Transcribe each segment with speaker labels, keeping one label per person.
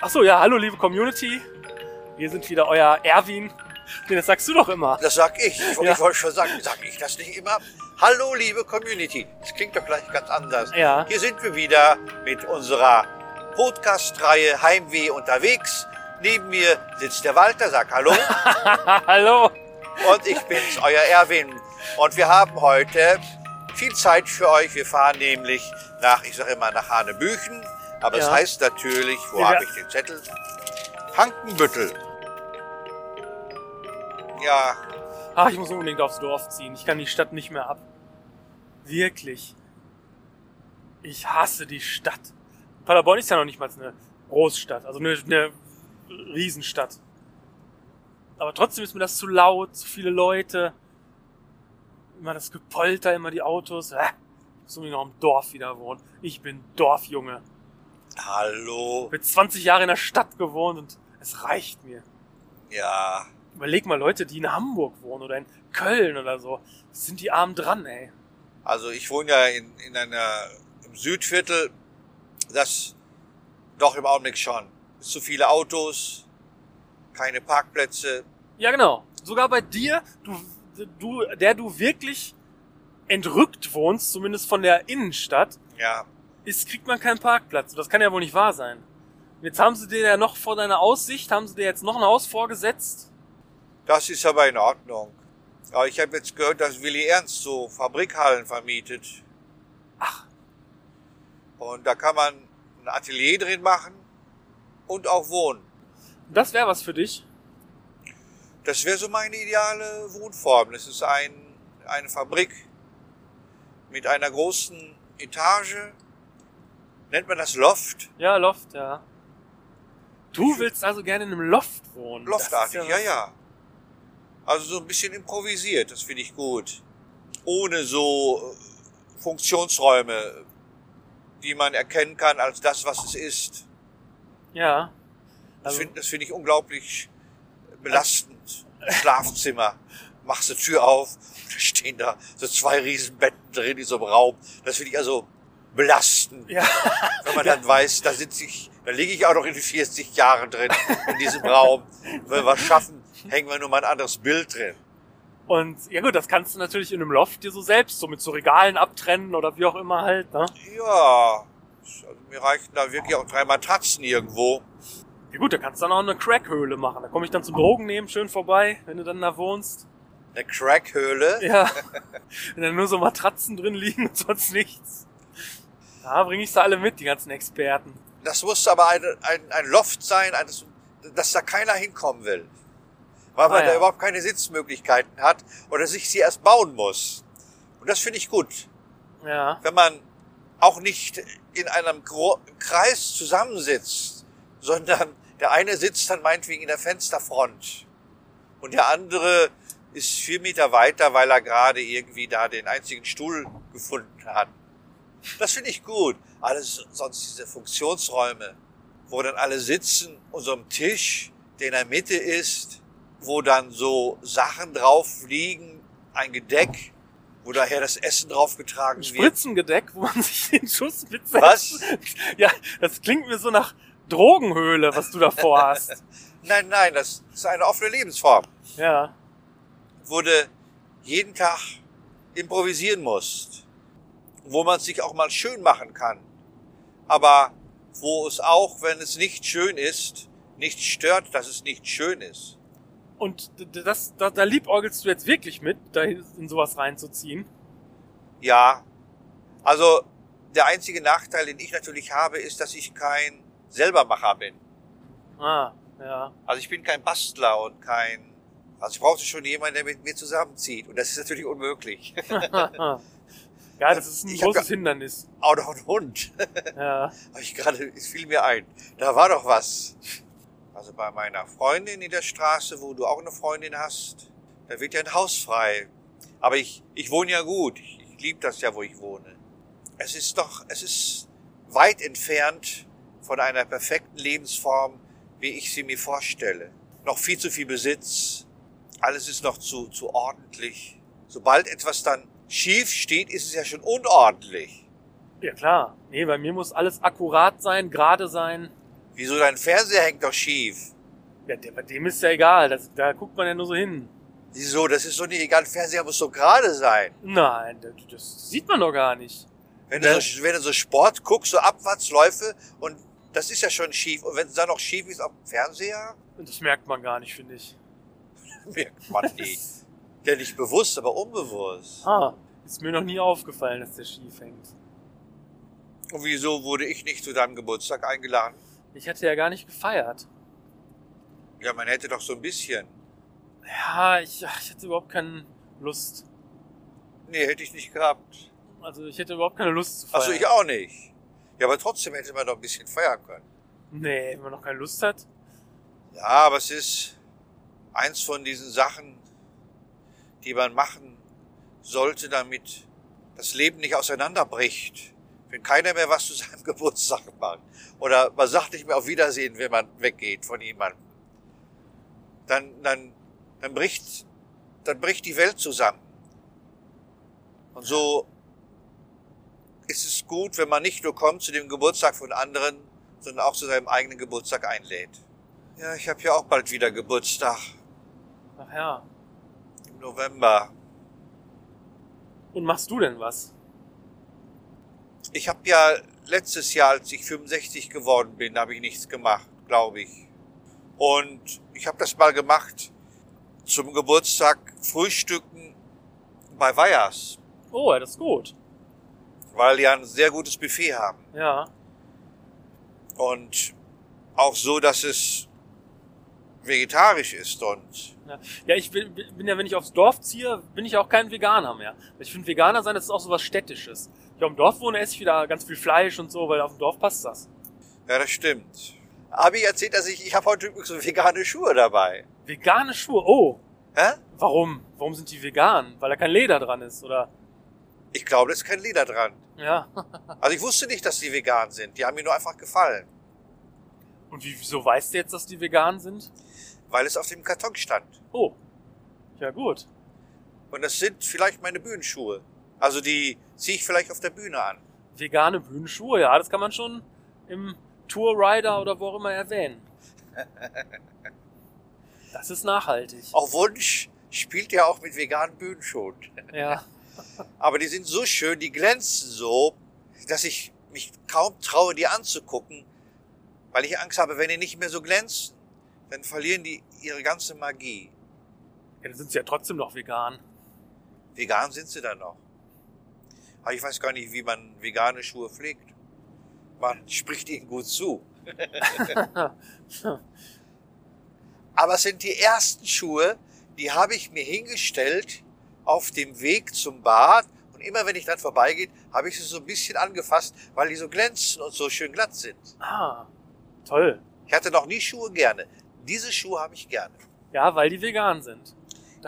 Speaker 1: Achso, ja, hallo liebe Community. Wir sind wieder euer Erwin. Nee, das sagst du doch immer.
Speaker 2: Das sag ich. Ich
Speaker 1: Ja.
Speaker 2: wollte schon sagen, sag ich das nicht immer. Hallo, liebe Community. Das klingt doch gleich ganz anders.
Speaker 1: Ja.
Speaker 2: Hier sind wir wieder mit unserer Podcast-Reihe Heimweh unterwegs. Neben mir sitzt der Walter, sag Hallo.
Speaker 1: hallo.
Speaker 2: Und ich bin's, euer Erwin. Und wir haben heute viel Zeit für euch. Wir fahren nämlich nach, ich sage immer, nach Hanebüchen. Aber es
Speaker 1: Ja.
Speaker 2: heißt natürlich, wo
Speaker 1: Ja.
Speaker 2: habe ich den Zettel? Hankenbüttel. Ja,
Speaker 1: Ach, Ah, ich muss unbedingt aufs Dorf ziehen. Ich kann die Stadt nicht mehr ab. Wirklich. Ich hasse die Stadt. Paderborn ist ja noch nicht mal eine Großstadt, also eine, eine Riesenstadt. Aber trotzdem ist mir das zu laut, zu viele Leute. Immer das Gepolter, immer die Autos. Äh, Ich muss unbedingt noch im Dorf wieder wohnen. Ich bin Dorfjunge.
Speaker 2: hallo.
Speaker 1: Ich bin 20 Jahre in der Stadt gewohnt und es reicht mir.
Speaker 2: Ja,
Speaker 1: Überleg mal Leute, die in Hamburg wohnen oder in Köln oder so. Sind die arm dran, ey?
Speaker 2: also ich wohne ja in, in einer, im Südviertel. Das doch im Augenblick schon. Zu viele Autos, keine Parkplätze.
Speaker 1: Ja, genau. Sogar bei dir, du, du, der du wirklich entrückt wohnst, zumindest von der Innenstadt,
Speaker 2: Ja,
Speaker 1: ist, kriegt man keinen Parkplatz. Das kann ja wohl nicht wahr sein. Und Jetzt haben sie dir ja noch vor deiner Aussicht, haben sie dir jetzt noch ein Haus vorgesetzt.
Speaker 2: Das ist aber in Ordnung. Aber ich habe jetzt gehört, dass Willy Ernst so Fabrikhallen vermietet.
Speaker 1: Ach.
Speaker 2: Und da kann man ein Atelier drin machen und auch wohnen.
Speaker 1: Das wäre was für dich.
Speaker 2: Das wäre so meine ideale Wohnform. Das ist ein, eine Fabrik mit einer großen Etage. Nennt man das Loft?
Speaker 1: Ja, Loft, ja. Du willst also gerne in einem Loft wohnen. Das ist
Speaker 2: Loftartig, ja,
Speaker 1: was-
Speaker 2: ja. Also so ein bisschen improvisiert, das finde ich gut. Ohne so äh, Funktionsräume, die man erkennen kann als das, was es ist.
Speaker 1: Ja.
Speaker 2: Das
Speaker 1: Also-
Speaker 2: finde das finde ich unglaublich belastend. Schlafzimmer, machst die Tür auf, da stehen da so zwei Riesenbetten drin in so einem Raum. Das finde ich also belastend.
Speaker 1: Ja.
Speaker 2: Wenn man dann weiß, da sitze ich, da liege ich auch noch in 40 Jahren drin, in diesem Raum. Wenn wir was schaffen, hängen wir nur mal ein anderes Bild drin.
Speaker 1: Und ja gut, das kannst du natürlich in einem Loft dir so selbst, so mit so Regalen abtrennen oder wie auch immer halt, ne?
Speaker 2: Ja, also mir reichen da wirklich auch drei Matratzen irgendwo.
Speaker 1: Ja gut, da kannst du dann auch eine Crackhöhle machen. Da komme ich dann zum Drogen nehmen, schön vorbei, wenn du dann da wohnst.
Speaker 2: Eine Crackhöhle.
Speaker 1: Ja. wenn dann nur so Matratzen drin liegen und sonst nichts. Da bringe ich sie alle mit, die ganzen Experten.
Speaker 2: Das muss aber ein, ein, ein Loft sein, ein, dass da keiner hinkommen will. Weil man
Speaker 1: Ah,
Speaker 2: da
Speaker 1: ja.
Speaker 2: überhaupt keine Sitzmöglichkeiten hat oder sich sie erst bauen muss. Und das finde ich gut.
Speaker 1: Ja.
Speaker 2: Wenn man auch nicht in einem Gro Kreis zusammensitzt, sondern der eine sitzt dann meinetwegen in der Fensterfront und der andere ist vier Meter weiter, weil er gerade irgendwie da den einzigen Stuhl gefunden hat. Das finde ich gut. Alles sonst diese Funktionsräume, wo dann alle sitzen und so einem Tisch, der in der Mitte ist, wo dann so Sachen drauf liegen, ein Gedeck, wo daher das Essen draufgetragen
Speaker 1: Ein
Speaker 2: wird.
Speaker 1: Spritzengedeck, wo man sich den Schuss mitsetzt.
Speaker 2: Was?
Speaker 1: Ja, das klingt mir so nach Drogenhöhle, was du da vorhast.
Speaker 2: Nein, nein, das ist eine offene Lebensform.
Speaker 1: ja.
Speaker 2: Wurde jeden Tag improvisieren musst, wo man es sich auch mal schön machen kann, aber wo es auch, wenn es nicht schön ist, nicht stört, dass es nicht schön ist.
Speaker 1: Und d- d- das, da, da liebäugelst du jetzt wirklich mit, da in sowas reinzuziehen.
Speaker 2: Ja, also der einzige Nachteil, den ich natürlich habe, ist, dass ich kein Selbermacher bin.
Speaker 1: Ah, ja.
Speaker 2: Also ich bin kein Bastler und kein, also ich brauchte schon jemanden, der mit mir zusammenzieht und das ist natürlich unmöglich.
Speaker 1: ja, das ist ein
Speaker 2: Ich hab
Speaker 1: großes Hindernis.
Speaker 2: Auch noch ein Hund.
Speaker 1: Ja.
Speaker 2: Hab ich gerade, es fiel mir ein. Da war doch was. Also bei meiner Freundin in der Straße, wo du auch eine Freundin hast, da wird ja ein Haus frei. Aber ich, ich wohne ja gut. Ich, ich liebe das ja, wo ich wohne. Es ist doch, es ist weit entfernt von einer perfekten Lebensform, wie ich sie mir vorstelle. Noch viel zu viel Besitz. Alles ist noch zu, zu ordentlich. Sobald etwas dann schief steht, ist es ja schon unordentlich.
Speaker 1: ja, klar. Nee, bei mir muss alles akkurat sein, gerade sein.
Speaker 2: Wieso dein Fernseher hängt doch schief?
Speaker 1: Ja, der, bei dem ist ja egal. Das, da guckt man ja nur so hin.
Speaker 2: Wieso? Das ist doch nicht egal. Fernseher muss doch gerade sein.
Speaker 1: Nein, das, das sieht man doch gar nicht.
Speaker 2: Wenn du, so, wenn du so Sport guckst, so Abwärtsläufe und das ist ja schon schief. Und wenn es dann noch schief ist am Fernseher,
Speaker 1: Und das merkt man gar nicht, finde ich.
Speaker 2: merkt man nicht. Ja, nicht bewusst, aber unbewusst.
Speaker 1: Ah, ist mir noch nie aufgefallen, dass der schief hängt.
Speaker 2: Und wieso wurde ich nicht zu deinem Geburtstag eingeladen?
Speaker 1: Ich hätte ja gar nicht gefeiert.
Speaker 2: Ja, man hätte doch so ein bisschen.
Speaker 1: Ja, ich, ach, ich hatte überhaupt keine Lust.
Speaker 2: Nee, hätte ich nicht gehabt.
Speaker 1: Also ich hätte überhaupt keine Lust zu feiern.
Speaker 2: Achso, ich auch nicht. Ja, aber trotzdem hätte man doch ein bisschen feiern können.
Speaker 1: Nee, wenn man noch keine Lust hat.
Speaker 2: Ja, aber es ist eins von diesen Sachen, die man machen sollte, damit das Leben nicht auseinanderbricht. Wenn keiner mehr was zu seinem Geburtstag macht. Oder man sagt nicht mehr auf Wiedersehen, wenn man weggeht von jemandem. Dann, dann, dann bricht, dann bricht die Welt zusammen. Und so ist es gut, wenn man nicht nur kommt zu dem Geburtstag von anderen, sondern auch zu seinem eigenen Geburtstag einlädt. Ja, ich habe ja auch bald wieder Geburtstag
Speaker 1: Ach ja.
Speaker 2: im November.
Speaker 1: Und machst du denn was?
Speaker 2: Ich habe ja letztes Jahr, als ich 65 geworden bin, habe ich nichts gemacht, glaube ich. Und ich habe das mal gemacht zum Geburtstag Frühstücken bei Weihers,
Speaker 1: Oh, ja, das ist gut.
Speaker 2: weil die ja ein sehr gutes Buffet haben.
Speaker 1: Ja.
Speaker 2: Und auch so, dass es vegetarisch ist und
Speaker 1: Ja, ja ich bin, bin ja, wenn ich aufs Dorf ziehe, bin ich auch kein Veganer mehr. Weil Ich finde, Veganer sein, das ist auch so was Städtisches. Ich auf dem Dorf wohne, esse ich wieder ganz viel Fleisch und so, weil auf dem Dorf passt das.
Speaker 2: ja, das stimmt. Habe ich erzählt, dass ich, ich habe heute übrigens so vegane Schuhe dabei.
Speaker 1: Vegane Schuhe, oh.
Speaker 2: Hä?
Speaker 1: Warum? Warum sind die vegan? Weil da kein Leder dran ist, oder?
Speaker 2: Ich glaube, da ist kein Leder dran.
Speaker 1: Ja.
Speaker 2: Also ich wusste nicht, dass die vegan sind. Die haben mir nur einfach gefallen,
Speaker 1: Und wie, wieso weißt du jetzt, dass die vegan sind?
Speaker 2: weil es auf dem Karton stand.
Speaker 1: Oh. Ja, gut.
Speaker 2: Und das sind vielleicht meine Bühnenschuhe. Also die ziehe ich vielleicht auf der Bühne an.
Speaker 1: Vegane Bühnenschuhe, ja, das kann man schon im Tourrider oder wo auch immer erwähnen. Das ist nachhaltig.
Speaker 2: Auf Wunsch spielt ja auch mit veganen Bühnenschuhen.
Speaker 1: Ja.
Speaker 2: Aber die sind so schön, die glänzen so, dass ich mich kaum traue, die anzugucken, weil ich Angst habe, wenn die nicht mehr so glänzen, dann verlieren die ihre ganze Magie.
Speaker 1: ja dann sind sie ja trotzdem noch vegan.
Speaker 2: Vegan sind sie dann noch. Aber ich weiß gar nicht, wie man vegane Schuhe pflegt. Man spricht ihnen gut zu. Aber es sind die ersten Schuhe, die habe ich mir hingestellt auf dem Weg zum Bad. Und immer wenn ich dran vorbeigehe, habe ich sie so ein bisschen angefasst, weil die so glänzen und so schön glatt sind.
Speaker 1: ah, toll.
Speaker 2: Ich hatte noch nie Schuhe gerne. Diese Schuhe habe ich gerne.
Speaker 1: Ja, weil die vegan sind.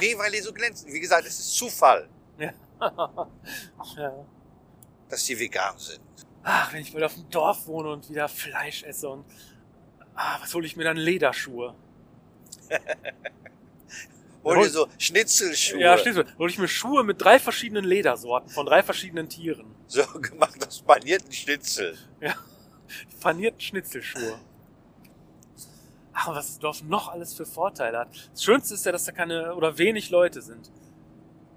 Speaker 2: Nee, weil die so glänzen. Wie gesagt, es ist Zufall,
Speaker 1: Ja. ja.
Speaker 2: dass die vegan sind.
Speaker 1: Ach, wenn ich mal auf dem Dorf wohne und wieder Fleisch esse und. Ah, was hole ich mir dann? Lederschuhe.
Speaker 2: Hol dir so Schnitzelschuhe.
Speaker 1: Ja, stimmt. so. Hole ich mir Schuhe mit drei verschiedenen Ledersorten von drei verschiedenen Tieren.
Speaker 2: So gemacht aus panierten Schnitzel.
Speaker 1: Panierten Schnitzelschuhe. Ach, was das Dorf noch alles für Vorteile hat. Das Schönste ist ja, dass da keine oder wenig Leute sind.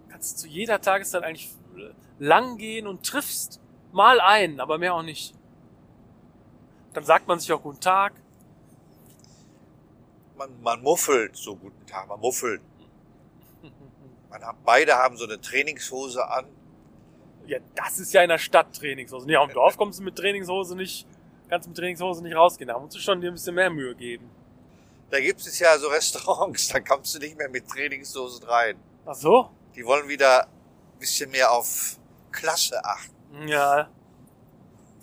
Speaker 1: Kannst zu jeder Tageszeit eigentlich äh, lang gehen und triffst mal einen, aber mehr auch nicht. Dann sagt man sich auch guten Tag.
Speaker 2: Man, man muffelt so guten Tag, man muffelt. Man hat, beide haben so eine Trainingshose an.
Speaker 1: Ja, das ist ja in der Stadt Trainingshose. Nee, auf dem Dorf kommst du mit Trainingshose nicht, kannst mit Trainingshose nicht rausgehen. Da musst du schon dir ein bisschen mehr Mühe geben.
Speaker 2: Da gibt es ja so Restaurants, da kommst du nicht mehr mit Trainingshosen rein.
Speaker 1: Ach so?
Speaker 2: Die wollen wieder ein bisschen mehr auf Klasse achten.
Speaker 1: Ja,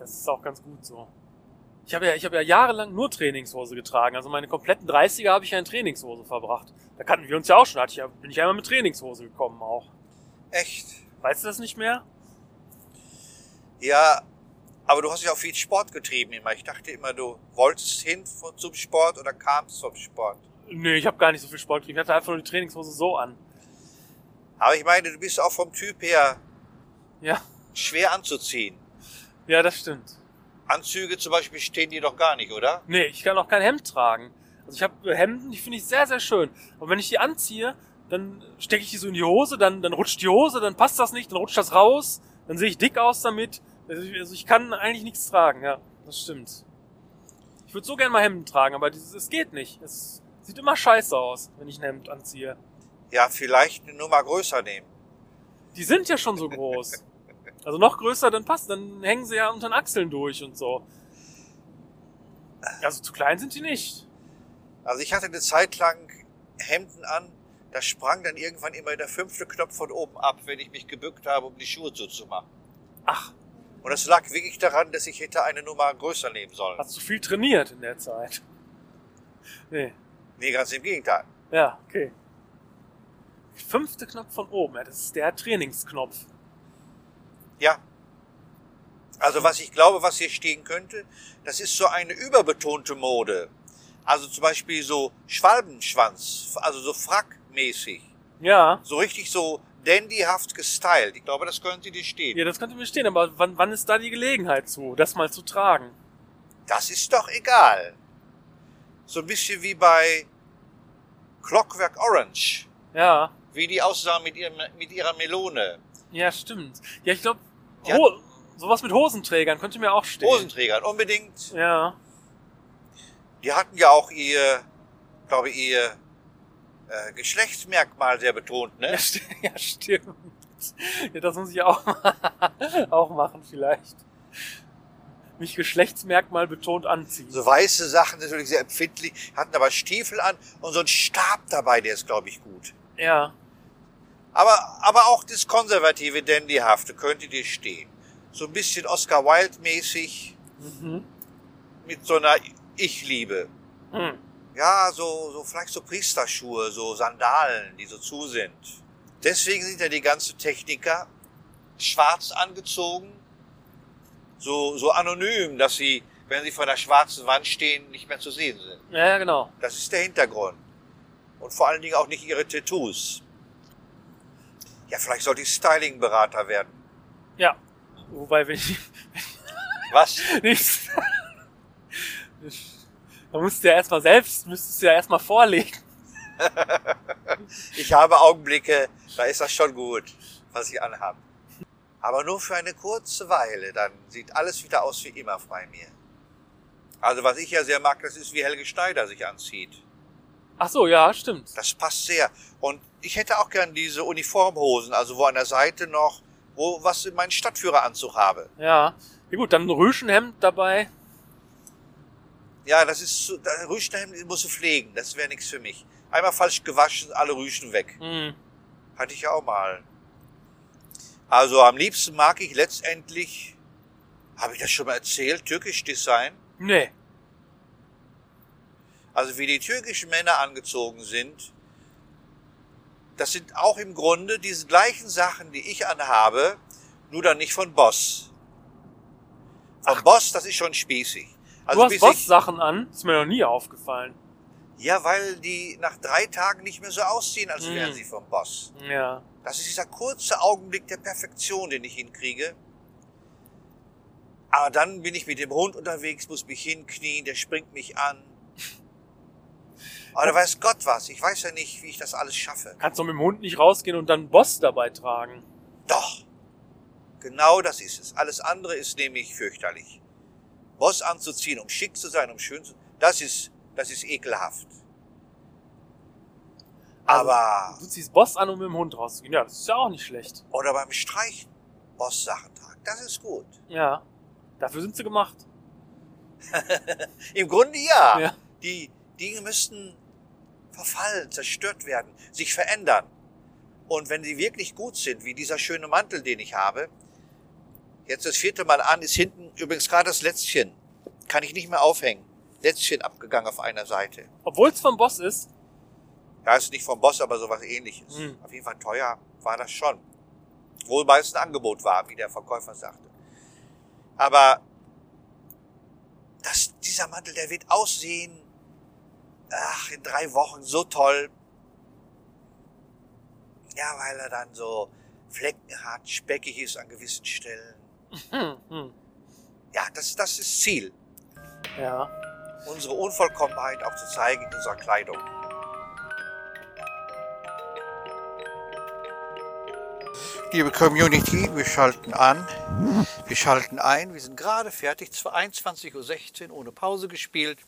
Speaker 1: das ist auch ganz gut so. Ich habe ja, ich habe ja jahrelang nur Trainingshose getragen. Also meine kompletten 30er habe ich ja in Trainingshose verbracht. Da kannten wir uns ja auch schon. Hatte ich ja, bin ich einmal mit Trainingshose gekommen auch.
Speaker 2: Echt?
Speaker 1: Weißt du das nicht mehr?
Speaker 2: Ja, aber du hast ja auch viel Sport getrieben immer. Ich dachte immer, du wolltest hin von- zum Sport oder kamst vom Sport.
Speaker 1: Nee, ich habe gar nicht so viel Sport gemacht. Ich hatte einfach nur die Trainingshose so an.
Speaker 2: Aber ich meine, du bist auch vom Typ her
Speaker 1: Ja,
Speaker 2: schwer anzuziehen.
Speaker 1: ja, das stimmt.
Speaker 2: Anzüge zum Beispiel stehen dir doch gar nicht, oder?
Speaker 1: Nee, ich kann auch kein Hemd tragen. Also ich habe Hemden, die finde ich sehr, sehr schön. Aber wenn ich die anziehe, dann stecke ich die so in die Hose, dann, dann rutscht die Hose, dann passt das nicht, dann rutscht das raus, dann sehe ich dick aus damit. Also ich, also ich kann eigentlich nichts tragen, ja. Das stimmt. Ich würde so gerne mal Hemden tragen, aber dieses- es geht nicht. Es sieht immer scheiße aus, wenn ich ein Hemd anziehe.
Speaker 2: Ja, vielleicht eine Nummer größer nehmen.
Speaker 1: Die sind ja schon so groß. Also noch größer, dann passt, dann hängen sie ja unter den Achseln durch und so. Also zu klein sind die nicht.
Speaker 2: Also ich hatte eine Zeit lang Hemden an, da sprang dann irgendwann immer der fünfte Knopf von oben ab, wenn ich mich gebückt habe, um die Schuhe zuzumachen.
Speaker 1: Ach,
Speaker 2: Und das lag wirklich daran, dass ich hätte eine Nummer größer nehmen sollen.
Speaker 1: hast du viel trainiert in der Zeit? Nee.
Speaker 2: Nee, ganz im Gegenteil.
Speaker 1: Ja, okay. Fünfte Knopf von oben, ja, das ist der Trainingsknopf.
Speaker 2: Ja. Also was ich glaube, was hier stehen könnte, das ist so eine überbetonte Mode. Also zum Beispiel so Schwalbenschwanz, also so frackmäßig.
Speaker 1: Ja.
Speaker 2: So richtig so dandyhaft gestylt. Ich glaube, das könnte dir stehen.
Speaker 1: Ja, das könnte mir stehen, aber wann, wann ist da die Gelegenheit zu, das mal zu tragen?
Speaker 2: Das ist doch egal. So ein bisschen wie bei Clockwork Orange.
Speaker 1: Ja.
Speaker 2: Wie die aussahen mit, ihrem, mit ihrer Melone.
Speaker 1: Ja, stimmt. Ja, ich glaube,
Speaker 2: Ja.
Speaker 1: Ho sowas mit Hosenträgern könnte mir auch stehen.
Speaker 2: Hosenträgern, unbedingt.
Speaker 1: Ja.
Speaker 2: Die hatten ja auch ihr, glaube ich, ihr äh, Geschlechtsmerkmal sehr betont,
Speaker 1: Ja,
Speaker 2: ne?
Speaker 1: st ja stimmt. Ja, das muss ich auch, auch machen vielleicht. Mich Geschlechtsmerkmal betont anziehen.
Speaker 2: So weiße Sachen natürlich sehr empfindlich, hatten aber Stiefel an und so ein Stab dabei, der ist, glaube ich, gut.
Speaker 1: Ja.
Speaker 2: Aber, aber auch das konservative Dandyhafte könnte dir stehen. So ein bisschen Oscar Wilde-mäßig
Speaker 1: Mhm.
Speaker 2: mit so einer Ich-Liebe.
Speaker 1: Hm.
Speaker 2: Ja, so, so vielleicht so Priesterschuhe, so Sandalen, die so zu sind. Deswegen sind ja die ganzen Techniker schwarz angezogen, so, so anonym, dass sie, wenn sie vor der schwarzen Wand stehen, nicht mehr zu sehen sind.
Speaker 1: Ja, ja, genau.
Speaker 2: Das ist der Hintergrund. Und vor allen Dingen auch nicht ihre Tattoos. Ja, vielleicht sollte ich Styling-Berater werden.
Speaker 1: Ja. Wobei, wenn ich
Speaker 2: Was?
Speaker 1: nichts. Man müsste ja erstmal selbst, müsstest du ja erstmal vorlegen.
Speaker 2: Ich habe Augenblicke, da ist das schon gut, was ich anhabe. Aber nur für eine kurze Weile, dann sieht alles wieder aus wie immer bei mir. Also was ich ja sehr mag, das ist wie Helge Schneider sich anzieht.
Speaker 1: Ach so, ja, stimmt.
Speaker 2: Das passt sehr. Und ich hätte auch gern diese Uniformhosen, also wo an der Seite noch, wo was in meinen Stadtführeranzug habe.
Speaker 1: Ja. Ja gut, dann ein Rüschenhemd dabei.
Speaker 2: Ja, das ist so, da- Rüschenhemd musst du pflegen, das wäre nichts für mich. Einmal falsch gewaschen, alle Rüschen weg.
Speaker 1: Hm.
Speaker 2: Hatte ich ja auch mal. Also am liebsten mag ich letztendlich, habe ich das schon mal erzählt, türkisch Design.
Speaker 1: Nee.
Speaker 2: Also wie die türkischen Männer angezogen sind, das sind auch im Grunde diese gleichen Sachen, die ich anhabe, nur dann nicht von Boss. Von Boss, das ist schon spießig. Also
Speaker 1: du hast
Speaker 2: bis
Speaker 1: Boss-Sachen an. Ist mir noch nie aufgefallen.
Speaker 2: ich, ja, weil die nach drei Tagen nicht mehr so aussehen, als wären
Speaker 1: Mm.
Speaker 2: sie vom Boss.
Speaker 1: Ja.
Speaker 2: Das ist dieser kurze Augenblick der Perfektion, den ich hinkriege. Aber dann bin ich mit dem Hund unterwegs, muss mich hinknien, der springt mich an. Oder weiß Gott was, ich weiß ja nicht, wie ich das alles schaffe.
Speaker 1: Kannst du mit dem Hund nicht rausgehen und dann Boss dabei tragen.
Speaker 2: Doch, genau das ist es. Alles andere ist nämlich fürchterlich. Boss anzuziehen, um schick zu sein, um schön zu das ist, das ist ekelhaft.
Speaker 1: Also,
Speaker 2: Aber,
Speaker 1: Du ziehst Boss an, um mit dem Hund rauszugehen. Ja, das ist ja auch nicht schlecht.
Speaker 2: oder beim Streichen, Boss-Sachen tragen, das ist gut.
Speaker 1: Ja. Dafür sind sie gemacht.
Speaker 2: Im Grunde ja.
Speaker 1: Ja.
Speaker 2: Die Dinge müssten verfallen, zerstört werden, sich verändern. Und wenn sie wirklich gut sind, wie dieser schöne Mantel, den ich habe, jetzt das vierte Mal an, ist hinten übrigens gerade das Lätzchen. Kann ich nicht mehr aufhängen. Lätzchen abgegangen auf einer Seite.
Speaker 1: Obwohl es vom Boss ist.
Speaker 2: Ja, ist nicht vom Boss, aber sowas ähnliches.
Speaker 1: Hm.
Speaker 2: Auf jeden Fall teuer war das schon. Wohl weil es ein Angebot war, wie der Verkäufer sagte. Aber das, dieser Mantel, der wird aussehen, ach, in drei Wochen so toll. Ja, weil er dann so Flecken hat, speckig ist an gewissen Stellen.
Speaker 1: Hm, hm.
Speaker 2: Ja, das, das ist Ziel.
Speaker 1: Ja.
Speaker 2: Unsere Unvollkommenheit auch zu zeigen in unserer Kleidung. Liebe Community, wir schalten an. Wir schalten ein. Wir sind gerade fertig. 21.16 Uhr ohne Pause gespielt.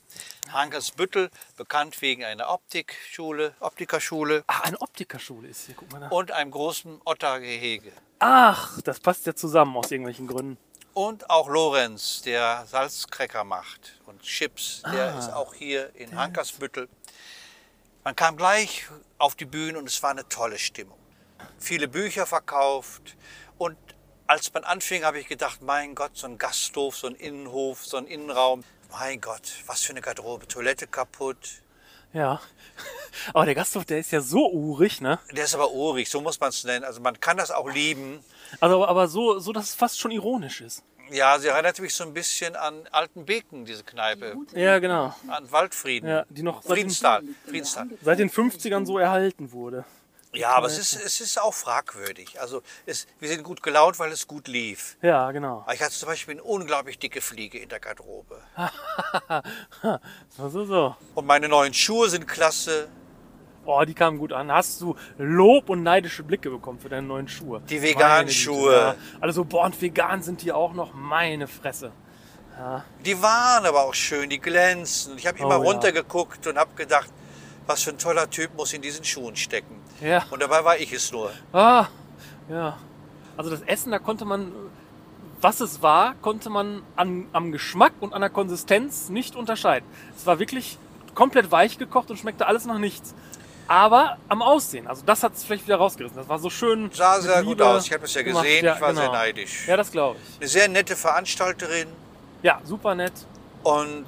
Speaker 2: Hankersbüttel, bekannt wegen einer Optikschule, Optikerschule
Speaker 1: Ach, eine Optikerschule ist hier, guck mal nach.
Speaker 2: und einem großen Ottergehege.
Speaker 1: Ach, das passt ja zusammen aus irgendwelchen Gründen.
Speaker 2: Und auch Lorenz, der Salzcracker macht und Chips, der
Speaker 1: Ah.
Speaker 2: ist auch hier in Hankersbüttel. Man kam gleich auf die Bühne und es war eine tolle Stimmung. Viele Bücher verkauft und als man anfing, habe ich gedacht, mein Gott, so ein Gasthof, so ein Innenhof, so ein Innenraum. Mein Gott, was für eine Garderobe, Toilette kaputt.
Speaker 1: Ja. Aber der Gasthof, der ist ja so urig, ne?
Speaker 2: Der ist aber urig, so muss man es nennen. Also man kann das auch lieben.
Speaker 1: Also, aber- aber so, so, dass es fast schon ironisch ist.
Speaker 2: Ja, sie erinnert mich so ein bisschen an Altenbeken, diese Kneipe.
Speaker 1: Ja, genau.
Speaker 2: An Waldfrieden.
Speaker 1: Ja, die noch seit den,
Speaker 2: Friedenstal. Friedenstal.
Speaker 1: seit den 50ern so erhalten wurde.
Speaker 2: Ja, aber es ist, es ist auch fragwürdig. Also es, wir sind gut gelaunt, weil es gut lief.
Speaker 1: Ja, genau.
Speaker 2: Aber ich hatte zum Beispiel eine unglaublich dicke Fliege in der Garderobe.
Speaker 1: So, so, Also so.
Speaker 2: Und meine neuen Schuhe sind klasse.
Speaker 1: Oh, die kamen gut an. Hast du Lob und neidische Blicke bekommen für deine neuen Schuhe?
Speaker 2: Die veganen
Speaker 1: Meine Güte,
Speaker 2: Schuhe.
Speaker 1: ja. Alle so, boah, und vegan sind die auch noch. Meine Fresse.
Speaker 2: Die waren aber auch schön, die glänzen. Und ich habe immer
Speaker 1: Oh, ja.
Speaker 2: runtergeguckt und habe gedacht, was für ein toller Typ muss in diesen Schuhen stecken.
Speaker 1: Ja.
Speaker 2: Und dabei war ich es nur.
Speaker 1: Ah, ja. Also das Essen, da konnte man, was es war, konnte man an, am Geschmack und an der Konsistenz nicht unterscheiden. Es war wirklich komplett weich gekocht und schmeckte alles nach nichts. Aber am Aussehen, also das hat es vielleicht wieder rausgerissen. Das war so schön.
Speaker 2: Sah
Speaker 1: mit
Speaker 2: sehr gut
Speaker 1: Liebe
Speaker 2: aus. Ich habe es ja
Speaker 1: gemacht.
Speaker 2: gesehen. ich war sehr
Speaker 1: genau.
Speaker 2: neidisch.
Speaker 1: Ja, das glaube ich.
Speaker 2: Eine sehr nette Veranstalterin.
Speaker 1: Ja, super nett.
Speaker 2: und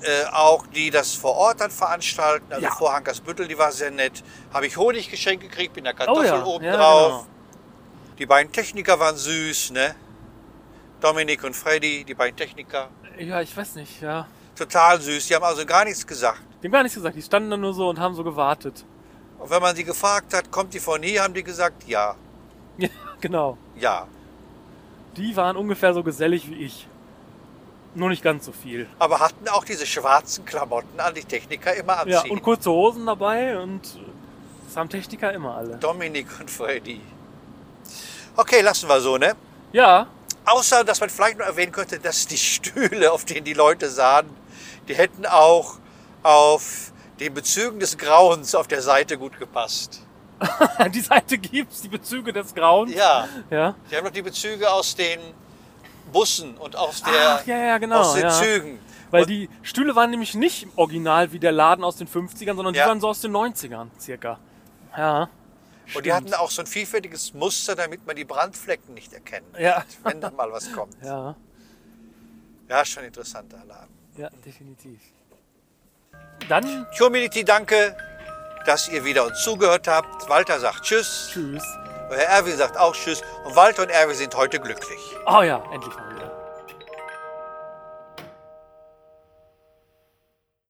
Speaker 2: äh, auch die das vor Ort dann veranstalten, also
Speaker 1: Ja.
Speaker 2: vor Hankersbüttel, die war sehr nett. Habe ich Honig geschenkt gekriegt, bin der Kartoffel
Speaker 1: Oh ja, genau.
Speaker 2: oben
Speaker 1: ja,
Speaker 2: drauf. Die beiden Techniker waren süß, ne? Dominik und Freddy, die beiden Techniker,
Speaker 1: genau. Ja, ich weiß nicht, ja.
Speaker 2: total süß. Die haben also gar nichts gesagt.
Speaker 1: Die haben gar nichts gesagt. Die standen da nur so und haben so gewartet.
Speaker 2: Und wenn man sie gefragt hat, kommt die von hier, haben die gesagt, ja,
Speaker 1: Ja, genau.
Speaker 2: ja.
Speaker 1: Die waren ungefähr so gesellig wie ich. Nur nicht ganz so viel.
Speaker 2: Aber hatten auch diese schwarzen Klamotten an, die Techniker immer
Speaker 1: Ja,
Speaker 2: anziehen.
Speaker 1: und kurze Hosen dabei und äh, das haben Techniker immer alle.
Speaker 2: Dominik und Freddy. Okay, lassen wir so, ne?
Speaker 1: Ja,
Speaker 2: Außer, dass man vielleicht noch erwähnen könnte, dass die Stühle, auf denen die Leute sahen, die hätten auch auf den Bezügen des Grauens auf der Seite gut gepasst.
Speaker 1: die Seite gibt's, die Bezüge des Grauens.
Speaker 2: Ja,
Speaker 1: Ja.
Speaker 2: die haben noch die Bezüge aus den Bussen und aus, der,
Speaker 1: Ach, ja, ja, genau.
Speaker 2: aus den
Speaker 1: ja.
Speaker 2: Zügen.
Speaker 1: Weil
Speaker 2: Und-
Speaker 1: die Stühle waren nämlich nicht im Original wie der Laden aus den 50ern, sondern
Speaker 2: Ja.
Speaker 1: die waren so aus den 90ern circa. Ja.
Speaker 2: Und die hatten auch so ein vielfältiges Muster, damit man die Brandflecken nicht erkennt,
Speaker 1: Ja.
Speaker 2: wenn da mal was kommt.
Speaker 1: Ja,
Speaker 2: Ja, schon interessanter Laden.
Speaker 1: ja, definitiv. Dann
Speaker 2: Community, danke, dass ihr wieder uns zugehört habt. Walter sagt Tschüss,
Speaker 1: tschüss.
Speaker 2: euer Erwin sagt auch Tschüss und Walter und Erwin sind heute glücklich.
Speaker 1: Oh ja, endlich mal wieder.